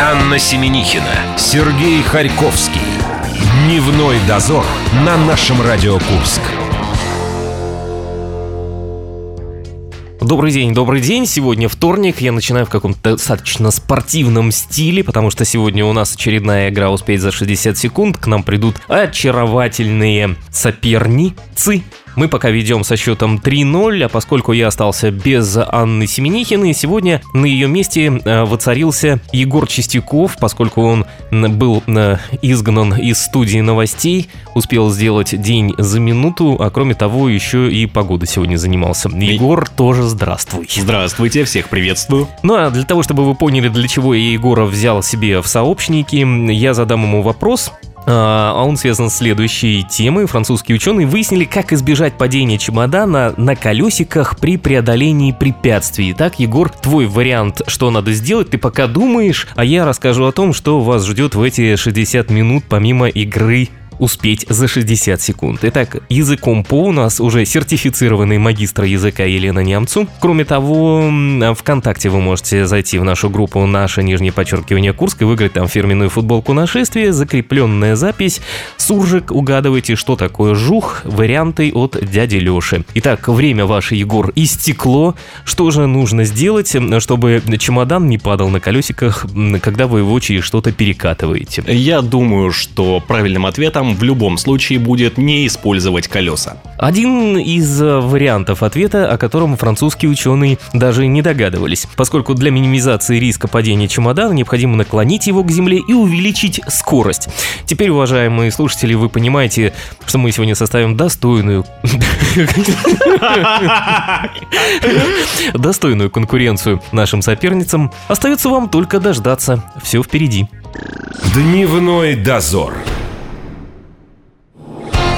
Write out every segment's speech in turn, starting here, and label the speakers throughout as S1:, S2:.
S1: Анна Семенихина, Сергей Харьковский. Дневной дозор на нашем Радио Курск.
S2: Добрый день, добрый день. Сегодня вторник. Я начинаю в каком-то достаточно спортивном стиле, потому что сегодня у нас очередная игра «Успеть за 60 секунд». К нам придут очаровательные соперницы. Мы пока ведем со счетом 3-0, а поскольку я остался без Анны Семенихины, сегодня на ее месте э, воцарился Егор Чистяков, поскольку он н- был э, изгнан из студии новостей, успел сделать день за минуту, а кроме того еще и погода сегодня занимался. Егор тоже здравствуй.
S3: Здравствуйте, всех приветствую.
S2: Ну а для того, чтобы вы поняли, для чего я Егора взял себе в сообщники, я задам ему вопрос. А он связан с следующей темой. Французские ученые выяснили, как избежать падения чемодана на колесиках при преодолении препятствий. Итак, Егор, твой вариант, что надо сделать, ты пока думаешь, а я расскажу о том, что вас ждет в эти 60 минут помимо игры успеть за 60 секунд. Итак, языком по у нас уже сертифицированный магистр языка Елена Немцу. Кроме того, м, а, ВКонтакте вы можете зайти в нашу группу «Наше нижнее подчеркивание Курск» и выиграть там фирменную футболку «Нашествие», закрепленная запись, суржик, угадывайте, что такое жух, варианты от дяди Леши. Итак, время ваше, Егор, истекло. Что же нужно сделать, м, чтобы чемодан не падал на колесиках, м, когда вы его через что-то перекатываете?
S3: Я думаю, что правильным ответом в любом случае будет не использовать колеса.
S2: Один из э, вариантов ответа, о котором французские ученые даже не догадывались, поскольку для минимизации риска падения чемодана необходимо наклонить его к земле и увеличить скорость. Теперь, уважаемые слушатели, вы понимаете, что мы сегодня составим достойную... достойную конкуренцию нашим соперницам. Остается вам только дождаться. Все впереди.
S1: Дневной дозор.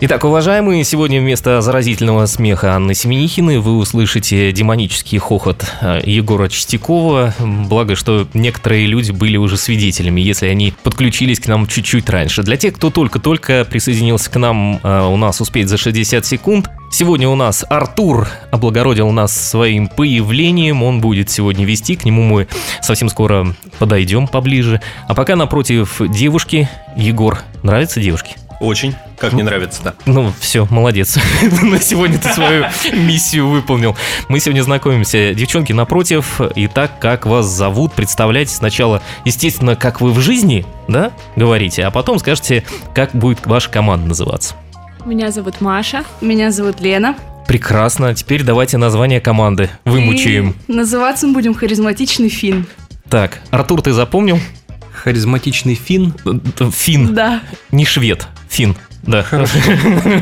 S2: Итак, уважаемые, сегодня вместо заразительного смеха Анны Семенихины вы услышите демонический хохот э, Егора Чистякова. Благо, что некоторые люди были уже свидетелями, если они подключились к нам чуть-чуть раньше. Для тех, кто только-только присоединился к нам, э, у нас успеть за 60 секунд. Сегодня у нас Артур облагородил нас своим появлением. Он будет сегодня вести, к нему мы совсем скоро подойдем поближе. А пока напротив девушки Егор. Нравятся девушки?
S3: Очень. Как не нравится-то.
S2: Ну, все, молодец. На сегодня ты свою миссию выполнил. Мы сегодня знакомимся. Девчонки, напротив, и так, как вас зовут, представляйте сначала, естественно, как вы в жизни, да, говорите, а потом скажете, как будет ваша команда называться.
S4: Меня зовут Маша.
S5: Меня зовут Лена.
S2: Прекрасно, теперь давайте название команды. Вымучаем.
S5: И называться мы будем «Харизматичный фин».
S2: Так, Артур, ты запомнил?
S6: Харизматичный фин.
S2: Фин.
S5: Да.
S2: Не швед, фин. Да.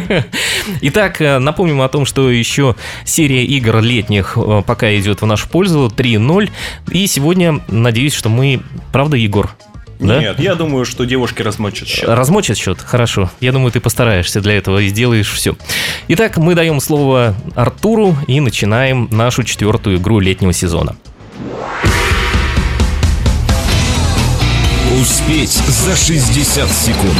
S2: Итак, э, напомним о том, что еще серия игр летних э, пока идет в нашу пользу 3-0. И сегодня, надеюсь, что мы... Правда, Егор? Да?
S3: Нет, я думаю, что девушки размочат счет.
S2: Размочит счет? Хорошо. Я думаю, ты постараешься для этого и сделаешь все. Итак, мы даем слово Артуру и начинаем нашу четвертую игру летнего сезона.
S1: Успеть за 60 секунд.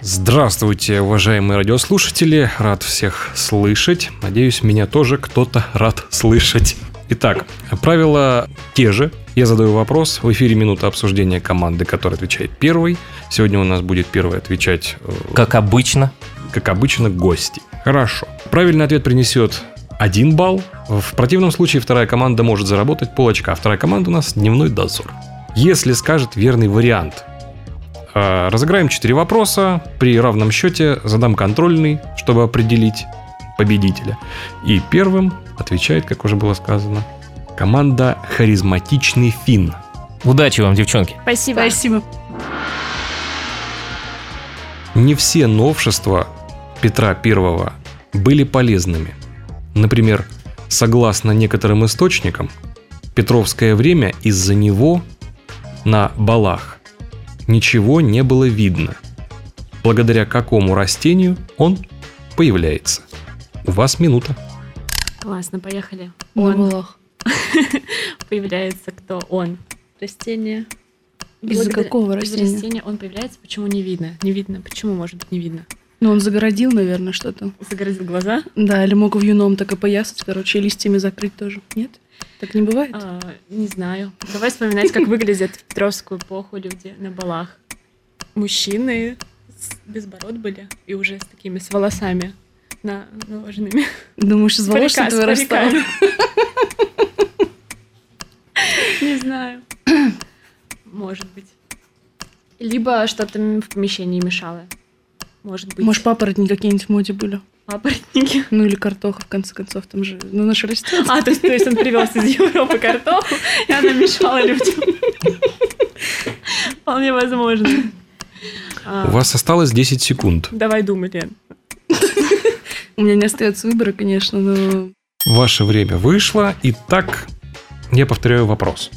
S6: Здравствуйте, уважаемые радиослушатели. Рад всех слышать. Надеюсь, меня тоже кто-то рад слышать. Итак, правила те же. Я задаю вопрос. В эфире минута обсуждения команды, которая отвечает первой. Сегодня у нас будет первой отвечать э,
S2: Как обычно,
S6: как обычно, гости. Хорошо. Правильный ответ принесет один балл. В противном случае вторая команда может заработать пол очка. Вторая команда у нас дневной дозор. Если скажет верный вариант. Э, Разыграем 4 вопроса. При равном счете задам контрольный, чтобы определить победителя. И первым отвечает, как уже было сказано, команда «Харизматичный фин».
S2: удачи вам, девчонки.
S4: Спасибо.
S5: Спасибо.
S6: Не все новшества Петра I были полезными. Например, согласно некоторым источникам, Петровское время из-за него на балах ничего не было видно, благодаря какому растению он появляется. У вас минута.
S4: Классно, поехали.
S5: На
S4: Он
S5: балах.
S4: появляется кто? Он. Растение.
S5: Из-за
S4: Благодаря-
S5: какого
S4: из-за
S5: растения?
S4: растения он появляется, почему не видно? Не видно. Почему может быть не видно?
S5: Ну, он загородил, наверное, что-то.
S4: Загородил глаза?
S5: Да, или мог в юном так и поясать, короче, и листьями закрыть тоже. Нет? Так не бывает?
S4: А, не знаю. Давай вспоминать, как выглядят в Петровскую эпоху люди на балах. Мужчины с- без бород были и уже с такими, с волосами на- наложенными.
S5: Думаешь, из волос
S4: Парика,
S5: что-то
S4: с
S5: вырастало?
S4: париками. Не знаю. Может быть. Либо что-то м- в помещении мешало. Может быть. А,
S5: Может, папоротники какие-нибудь в моде были?
S4: папоротники.
S5: Ну, или картоха, в конце концов, там же. Ну, наш растет.
S4: А, то есть, то есть он привез из Европы картоху, и она мешала людям. Вполне возможно. А,
S6: У вас осталось 10 секунд.
S4: Давай думай, Лен.
S5: У меня не остается выбора, конечно, но...
S6: Ваше время вышло. Итак, я повторяю вопрос.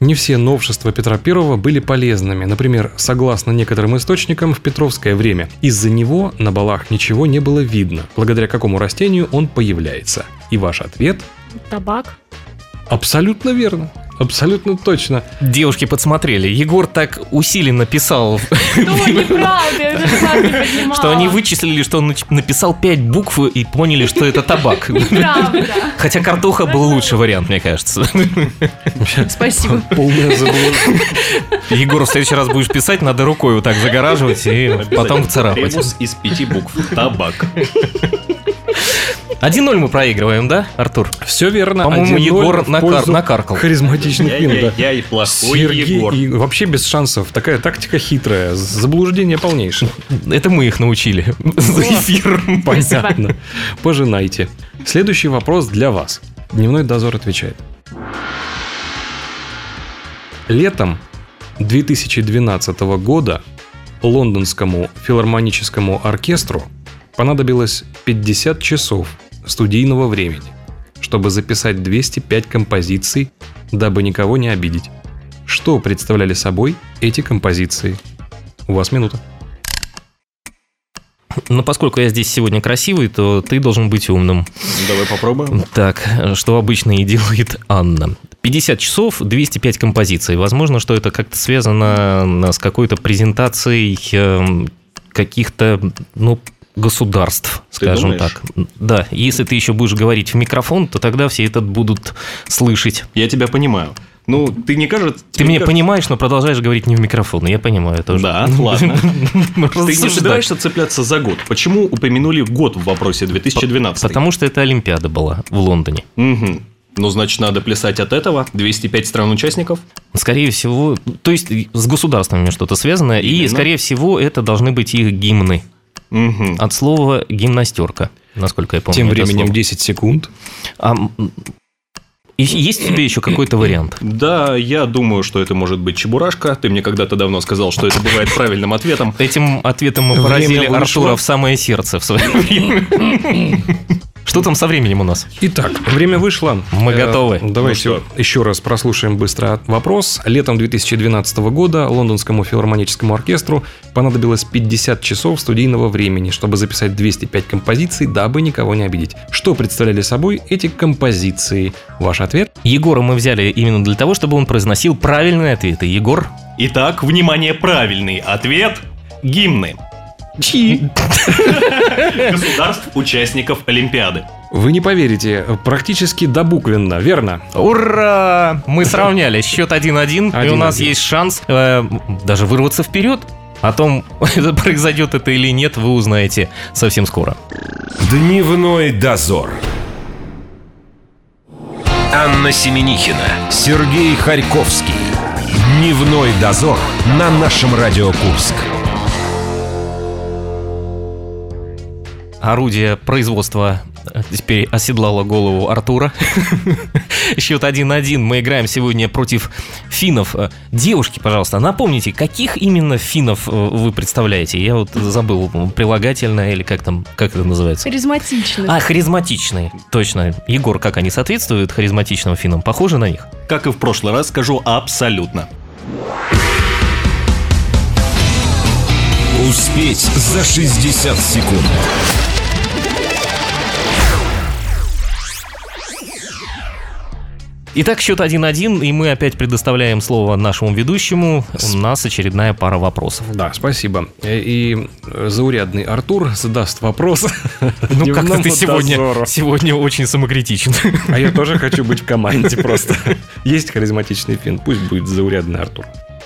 S6: Не все новшества Петра I были полезными. Например, согласно некоторым источникам, в Петровское время из-за него на балах ничего не было видно, благодаря какому растению он появляется. И ваш ответ
S4: Табак.
S6: абсолютно верно. Абсолютно точно.
S2: Девушки подсмотрели. Егор так усиленно писал,
S4: Да, неправда, я же сам не понимала.
S2: что они вычислили, что он нач- написал 5 букв и поняли, что это табак.
S4: Неправда.
S2: Хотя картоха был лучший вариант, мне кажется.
S5: Спасибо.
S6: Полное заблуждение.
S2: Егор, в следующий раз будешь писать, надо рукой вот так загораживать и потом царапать. Ну,
S3: Ребус из пяти букв. Табак.
S2: 1-0 мы проигрываем, да, Артур?
S6: Все верно.
S2: По-моему,
S6: 1-0
S2: Егор
S6: в
S2: накар-
S6: пользу
S2: накаркал.
S6: Харизматичных
S3: Я,
S6: вин,
S3: я,
S6: да.
S3: я и плохой
S6: Сергей
S3: Егор.
S6: и вообще без шансов. Такая тактика хитрая. Заблуждение полнейшее.
S2: Это мы их научили за эфиром.
S6: Понятно. Пожинайте. Следующий вопрос для вас. Дневной дозор отвечает. Летом 2012 года Лондонскому филармоническому оркестру понадобилось 50 часов студийного времени, чтобы записать 205 композиций, дабы никого не обидеть. Что представляли собой эти композиции? У вас минута.
S2: Но ну, поскольку я здесь сегодня красивый, то ты должен быть умным.
S3: Давай попробуем.
S2: Так, э, что обычно и делает Анна. 50 часов, 205 композиций. Возможно, что это как-то связано э, с какой-то презентацией э, каких-то, ну, государств,
S3: Ты
S2: скажем
S3: думаешь?
S2: так. Да, если ты еще будешь говорить в микрофон, то тогда все это будут слышать.
S3: Я тебя понимаю. Ну, ты не кажется...
S2: Ты меня понимаешь, но продолжаешь говорить не в микрофон. Я понимаю тоже.
S3: Да, ладно. Ты не
S2: Рассуждай.
S3: собираешься цепляться за год. Почему упомянули год в вопросе 2012?
S2: Потому что это Олимпиада была в Лондоне.
S3: Мгм. Ну, значит, надо плясать от этого. 205 стран-участников.
S2: Скорее всего, то есть с государством у меня что-то связано, и,
S3: Именно.
S2: скорее всего, это должны быть их гимны.
S3: Мгм.
S2: От слова гимнастерка, насколько я помню.
S6: Тем
S2: это
S6: временем
S2: слово.
S6: 10 секунд.
S2: А, м, и- есть у тебя еще какой-то вариант?
S3: Да, я думаю, что это может быть чебурашка. Ты мне когда-то давно сказал, что это бывает правильным ответом.
S2: Этим ответом мы
S6: Время
S2: поразили
S6: вышло.
S2: Артура в самое сердце в свое время. Что там со временем у нас?
S6: Итак, время вышло.
S2: Мы готовы.
S6: Давайте
S3: Ну
S6: еще раз прослушаем быстро вопрос. Летом 2012 года Лондонскому филармоническому оркестру понадобилось 50 часов студийного времени, чтобы записать 205 композиций, дабы никого не обидеть. Что представляли собой эти композиции? Ваш ответ?
S2: Егора мы взяли именно для того, чтобы он произносил правильные ответы. Егор?
S3: Итак, внимание, правильный ответ. Гимны.
S2: Чьи?
S3: Государств участников Олимпиады.
S6: Вы не поверите, практически добуквенно, верно?
S2: Ура! Мы сравняли счет 1-1, и у нас
S6: 1:1.
S2: есть шанс э, даже вырваться вперед. О том, произойдет это или нет, вы узнаете совсем скоро.
S1: Дневной дозор. Анна Семенихина, Сергей Харьковский. Дневной дозор на нашем Радио Курск.
S2: Орудие производства э, теперь оседлало голову Артура. Счет 1-1. Мы играем сегодня против финнов. Э, Девушки, пожалуйста, напомните, каких именно финнов э, вы представляете? Я вот забыл, м, прилагательное или как там, как это называется?
S5: Харизматично.
S2: А, харизматичные. Точно. Егор, как они соответствуют харизматичным финам? Похожи на них?
S3: Как и в прошлый раз, скажу абсолютно.
S1: Успеть за 60 секунд.
S2: Итак, счет 1-1, и мы опять предоставляем слово нашему ведущему. У нас очередная пара вопросов.
S6: Да, спасибо. Э, И э, заурядный Артур задаст вопрос.
S2: Ну, как-то ты
S6: Дневному
S2: сегодня,
S6: дозору.
S2: сегодня очень самокритичен.
S6: А я тоже хочу быть в команде просто. Есть харизматичный фин, пусть будет заурядный Артур.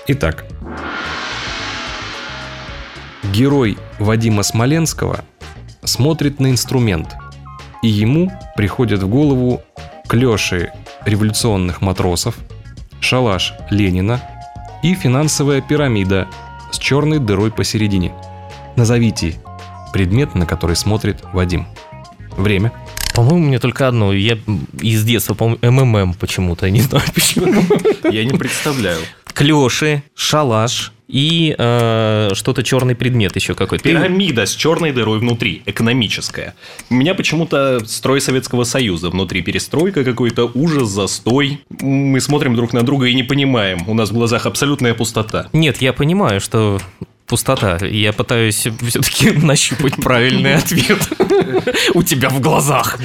S6: Итак. Герой Вадима Смоленского смотрит на инструмент, и ему приходят в голову клеши революционных матросов, шалаш Ленина и финансовая пирамида с черной дырой посередине. Назовите предмет, на который смотрит Вадим. Время.
S2: По-моему, мне только одно. Я из детства, помню, МММ почему-то, я не знаю почему.
S3: Я не представляю.
S2: Клеши, шалаш и э, что-то черный предмет еще какой-то.
S3: Пирамида с черной дырой внутри, экономическая. У меня почему-то строй Советского Союза внутри, перестройка какой-то, ужас, застой. Мы смотрим друг на друга и не понимаем, у нас в глазах абсолютная пустота.
S2: Нет, я понимаю, что пустота. Я пытаюсь все-таки нащупать правильный ответ у тебя в глазах.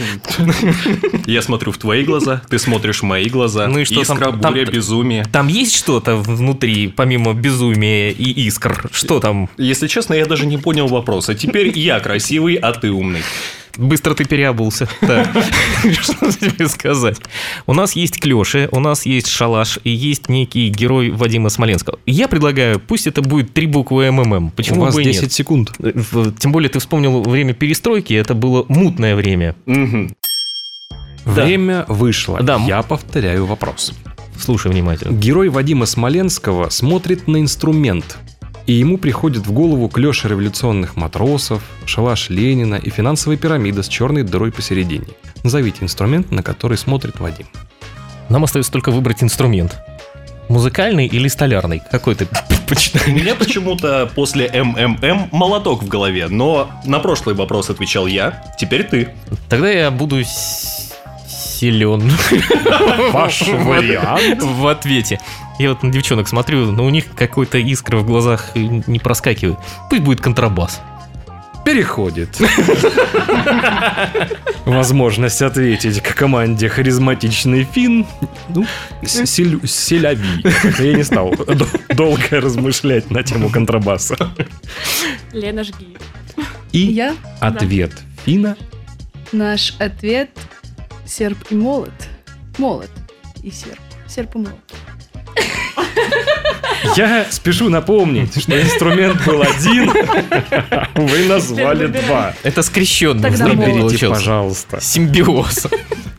S3: Я смотрю в твои глаза, ты смотришь в мои глаза.
S2: Ну и что там-
S3: Искра,
S2: там-
S3: буря, безумие.
S2: Там есть что-то внутри, помимо безумия и искр? Что там?
S3: Если честно, я даже не понял вопроса. Теперь я красивый, а ты умный.
S2: Быстро ты переобулся. Так, Что тебе сказать? У нас есть клеши, у нас есть шалаш и есть некий герой Вадима Смоленского. Я предлагаю, пусть это будет три буквы МММ.
S6: У
S2: Почему
S6: вас
S2: бы и
S6: 10
S2: нет? Э,
S6: секунд.
S2: В- Тем более ты вспомнил время перестройки, это было мутное время.
S3: Мгм.
S2: Да.
S6: Время вышло.
S2: Да.
S6: Я повторяю вопрос.
S2: Слушай внимательно.
S6: Герой Вадима Смоленского смотрит на инструмент. И ему приходит в голову клёши революционных матросов, шалаш Ленина и финансовая пирамида с черной дырой посередине. Назовите инструмент, на который смотрит Вадим.
S2: Нам остается только выбрать инструмент. Музыкальный или столярный? Какой ты
S3: У
S2: предпочитаешь?
S3: меня почему-то после МММ молоток в голове, но на прошлый вопрос отвечал я, теперь ты.
S2: Тогда я буду с- силен.
S6: Ваш вариант?
S2: В ответе. Я вот на девчонок смотрю, но у них какой-то искра в глазах и не проскакивает. Пусть будет контрабас.
S6: Переходит. Возможность ответить к команде харизматичный фин. Ну, с-
S2: Э.
S6: селю- селяви. Как-то Я не стал дол- долго размышлять на тему контрабаса.
S4: Лена, жги.
S6: И
S5: Я
S6: ответ Фина
S5: Наш ответ серп и молот. Молот и серп. Серп и молот.
S6: Я спешу напомнить, что инструмент был один, вы назвали
S4: Теперь
S6: два.
S2: Это скрещенный
S5: Тогда
S2: выбор
S5: молот.
S6: Выберите,
S2: получился.
S6: пожалуйста.
S2: Симбиоз.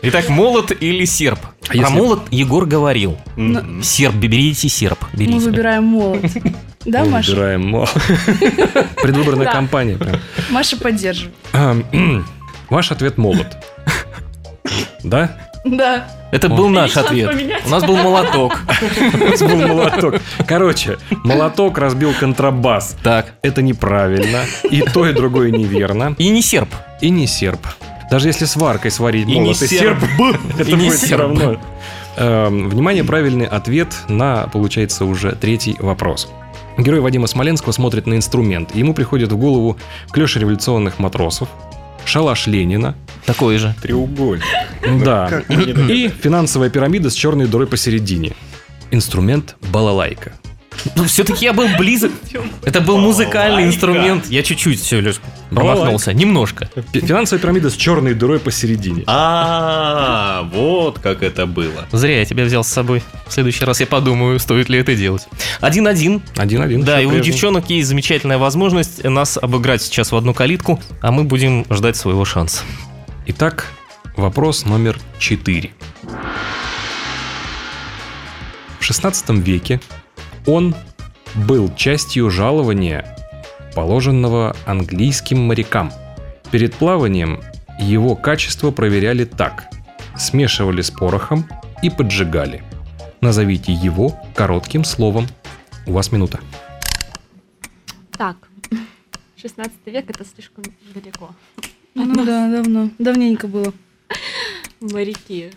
S2: Итак, молот или серп? Про
S6: если-
S2: молот Егор говорил.
S3: Мгм.
S2: Серп, берите серп.
S5: Мы
S2: Берите.
S5: выбираем молот. Да, Маша?
S6: Выбираем мол. Предвыборная
S4: Да.
S6: кампания. прям.
S5: Маша поддерживает.
S6: Ам, Ваш ответ молот. Да?
S5: Да.
S2: Это был наш
S4: Решила
S2: ответ.
S4: поменять.
S2: У нас был молоток.
S6: Это был молоток. Короче, молоток разбил контрабас.
S2: Так.
S6: Это неправильно. И то, и другое неверно.
S2: И не серп.
S6: И не серп. Даже если сваркой сварить
S3: И не
S6: молот и серп,
S3: серп.
S6: это
S2: И не
S6: будет все
S2: серп.
S6: равно. Эм, Внимание, правильный ответ на, получается, уже третий вопрос. Герой Вадима Смоленского смотрит на инструмент, и ему приходит в голову клёши революционных матросов, шалаш Ленина,
S2: Такой же.
S3: Треугольник.
S6: да, и финансовая пирамида с черной дырой посередине. Инструмент балалайка.
S2: Ну, все-таки я был близок. Это был музыкальный
S3: Балалайка.
S2: инструмент. Я чуть-чуть все, Леш,
S6: Балалайка.
S2: промахнулся. Немножко.
S6: Фи- Финансовая пирамида с черной дырой посередине.
S3: А, вот как это было.
S2: Зря я тебя взял с собой. В следующий раз я подумаю, стоит ли это делать. Один-один.
S6: Один-один.
S2: А, Да,
S6: Ну, всё
S2: и у
S6: прежним.
S2: девчонок есть замечательная возможность нас обыграть сейчас в одну калитку, а мы будем ждать своего шанса.
S6: Итак, вопрос номер 4. В 16 веке он был частью жалования, положенного английским морякам. Перед плаванием его качество проверяли так. Смешивали с порохом и поджигали. Назовите его коротким словом. У вас минута.
S4: Так. 16 век это слишком далеко.
S5: Ну да, давно. Давненько было.
S4: Моряки.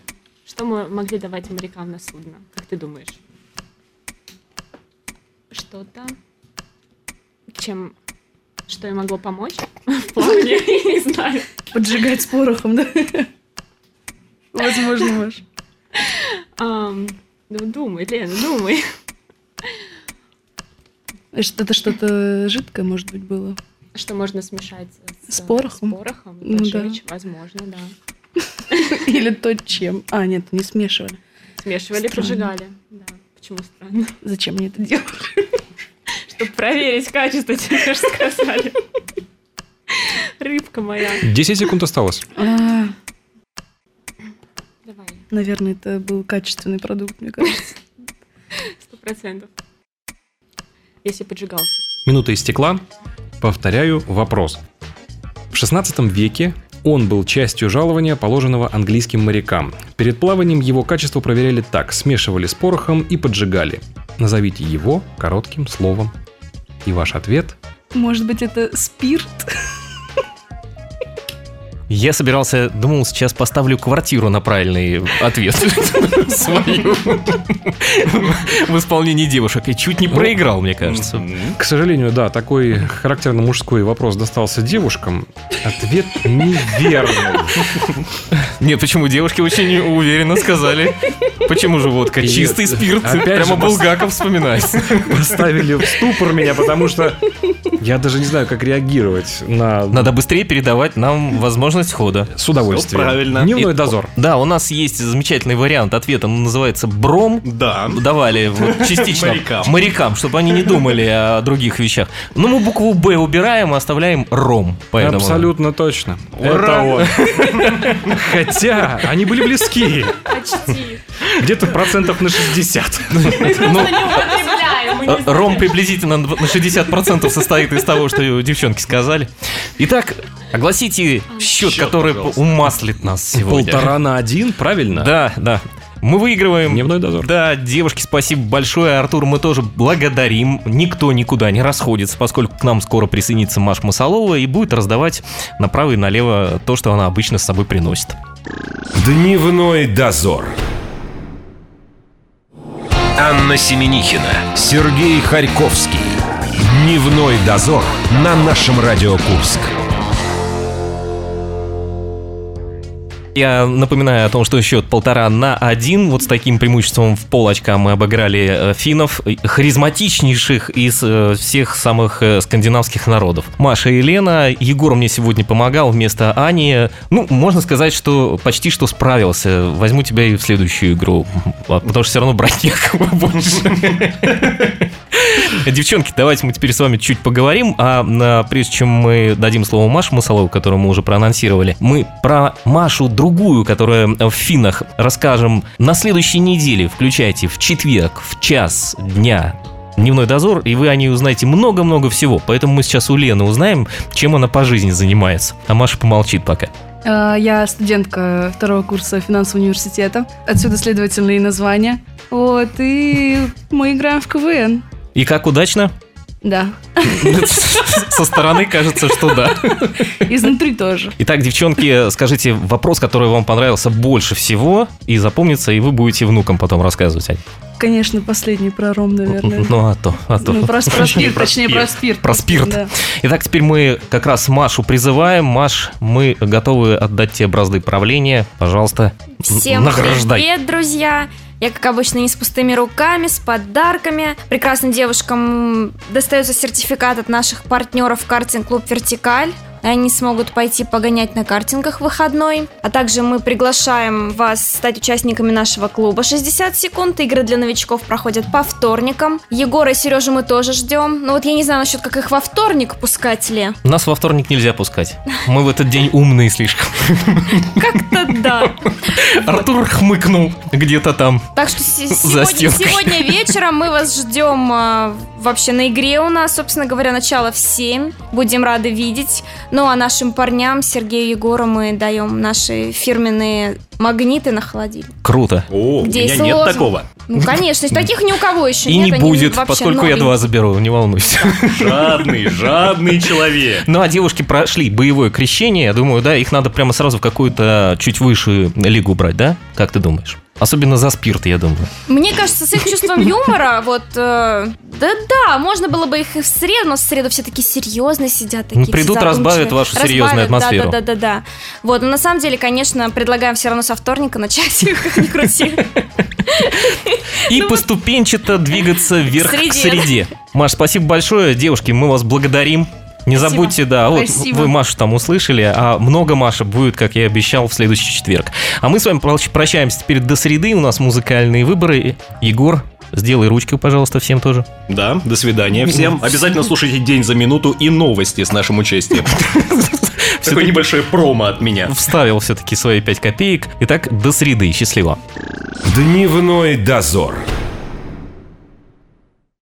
S4: Что мы могли давать морякам на судно? Как ты думаешь? Что-то, чем, что им могло помочь? В плавании, я не знаю.
S5: Поджигать с порохом, да? Возможно, Маш.
S4: А, Ам, ну думай, Лена, думай.
S5: Это что-то жидкое, может быть, было.
S4: Что можно смешать с,
S5: С порохом?
S4: С порохом,
S5: Ну да.
S4: поджечь, возможно, да.
S5: Или то, чем. А, нет, не смешивали.
S4: Смешивали,
S5: Странно.
S4: прожигали. Да. Почему странно?
S5: Зачем мне это делать?
S4: Чтобы проверить качество, тебе же сказали. Рыбка моя.
S6: 10 секунд осталось.
S5: А,
S4: Давай,
S5: Наверное, это был качественный продукт, мне кажется.
S4: сто процентов. Если поджигался.
S6: Минута истекла. Повторяю вопрос. В 16 веке он был частью жалования, положенного английским морякам. Перед плаванием его качество проверяли так, смешивали с порохом и поджигали. Назовите его коротким словом. И ваш ответ?
S5: Может быть, это спирт?
S2: Я собирался, думал, сейчас поставлю квартиру на правильный ответ свою в исполнении девушек. И чуть не проиграл, мне кажется.
S3: Мгм.
S6: К сожалению, да, такой характерно мужской вопрос достался девушкам. Ответ неверный.
S2: Нет, почему девушки очень уверенно сказали. Почему же водка?
S6: И
S2: Чистый спирт.
S6: опять
S2: Прямо
S6: же пос-
S2: Булгаков вспоминается.
S6: Поставили в ступор меня, потому что я даже не знаю, как реагировать на...
S2: Надо быстрее передавать нам возможность хода.
S6: С удовольствием.
S3: Всё правильно.
S6: Дневной
S2: И-
S6: Ну дозор.
S2: Да, у нас есть замечательный вариант ответа. Он называется «Бром».
S3: Да.
S2: Давали вот частично
S3: Морякам.
S2: чтобы они не думали о других вещах. Но мы букву Б убираем и оставляем ром. Поэтому...
S6: Абсолютно точно.
S3: Ура!
S6: он. Хотя они были близки.
S4: Почти.
S6: Где-то процентов на 60.
S2: Ну,
S4: Не употребляем, мы не
S2: э, ром приблизительно на 60% состоит из того, что девчонки сказали. Итак, огласите счет,
S3: Счет,
S2: который
S3: пожалуйста.
S2: умаслит нас сегодня.
S6: Полтора на один, правильно?
S2: Да, да. Мы выигрываем.
S6: Дневной дозор.
S2: Да, девушки, спасибо большое. Артур, мы тоже благодарим. Никто никуда не расходится, поскольку к нам скоро присоединится Маш Масалова и будет раздавать направо и налево то, что она обычно с собой приносит.
S1: Дневной дозор. Анна Семенихина, Сергей Харьковский. Дневной дозор на нашем Радио Курск.
S2: Я напоминаю о том, что счет полтора на один. Вот с таким преимуществом в пол очка мы обыграли э, финнов, э, харизматичнейших из э, всех самых э, скандинавских народов. Маша и Лена, Егор мне сегодня помогал вместо Ани. Ну, можно сказать, что почти что справился. Возьму тебя и в следующую игру, а, потому что все равно брать некого больше. Девчонки, давайте мы теперь с вами чуть поговорим, а на- прежде чем мы дадим слово Маше Масалову, которую мы уже проанонсировали, мы про Машу другую, которая в финах, расскажем на следующей неделе. Включайте в четверг в час дня дневной дозор, и вы о ней узнаете много-много всего. Поэтому мы сейчас у Лены узнаем, чем она по жизни занимается. А Маша помолчит пока.
S5: А, Я студентка второго курса финансового университета. Отсюда, следовательно, и название. Вот, и мы играем в КВН.
S2: И как удачно?
S5: Да,
S2: Со стороны кажется, что да.
S5: изнутри тоже.
S2: Итак, девчонки, скажите вопрос, который вам понравился больше всего и запомнится, и вы будете внукам потом рассказывать. Ань.
S5: Конечно, последний про ром, наверное.
S2: Ну а то, а то.
S5: Ну, про, про спирт,
S3: про
S5: точнее, про спирт.
S2: Про спирт.
S5: Да.
S2: Итак, теперь мы как раз Машу призываем. Маш, мы готовы отдать тебе бразды правления. Пожалуйста,
S7: Всем
S2: награждай.
S7: привет, друзья! Я, как обычно, не с пустыми руками, с подарками. Прекрасным девушкам достается сертификат от наших партнеров картинг-клуб «Вертикаль». И Они смогут пойти погонять на картингах в выходной. А также мы приглашаем вас стать участниками нашего клуба 60 секунд. Игры для новичков проходят по вторникам. Егора и Сережу мы тоже ждем. Но вот я не знаю насчет, как их во вторник пускать ли.
S2: Нас во вторник нельзя пускать. Мы в этот день умные слишком.
S7: Как-то да.
S2: Артур хмыкнул где-то там.
S7: Так что се-
S2: За
S7: сегодня,
S2: стенкой.
S7: сегодня вечером мы вас ждем а, вообще на игре у нас, собственно говоря, начало в 7. Будем рады видеть. Ну а нашим парням, Сергею и Егору, мы даем наши фирменные магниты на холодильник.
S2: Круто.
S3: О, у
S7: Где
S3: меня
S7: есть
S3: нет
S7: лозунг?
S3: такого.
S7: Ну, конечно, таких ни у кого еще
S2: И
S7: нет.
S2: не
S7: они
S2: будет,
S7: вообще
S2: поскольку я
S7: новенькие.
S2: два заберу, не волнуйся.
S3: Жадный, жадный человек.
S2: Ну а девушки прошли боевое крещение, я думаю, да, их надо прямо сразу в какую-то чуть высшую лигу брать, да? Как ты думаешь? Особенно за спирт, я думаю.
S7: Мне кажется, с их чувством юмора, вот, э, да-да, можно было бы их и в среду, но в среду все такие серьезно сидят. Такие
S2: Ну, придут,
S7: все задумчивые.
S2: разбавят вашу серьезную атмосферу.
S7: Да-да-да-да. Вот, но на самом деле, конечно, предлагаем все равно со вторника начать, как ни крути.
S2: И
S7: Ну вот.
S2: поступенчато двигаться вверх к
S7: среде.
S2: среде. Маш, спасибо большое. Девушки, мы вас благодарим. Не
S5: Спасибо.
S2: забудьте, да, вот
S5: Спасибо.
S2: вы Машу там услышали, а много Маша будет, как я и обещал, в следующий четверг. А мы с вами проч- прощаемся теперь до среды, у нас музыкальные выборы. Егор, сделай ручку, пожалуйста, всем тоже.
S3: Да, до свидания всем. Обязательно слушайте «День за минуту» и новости с нашим участием. Такое небольшое промо от меня.
S2: Вставил все-таки свои 5 копеек. Итак, до среды, счастливо.
S1: Дневной дозор.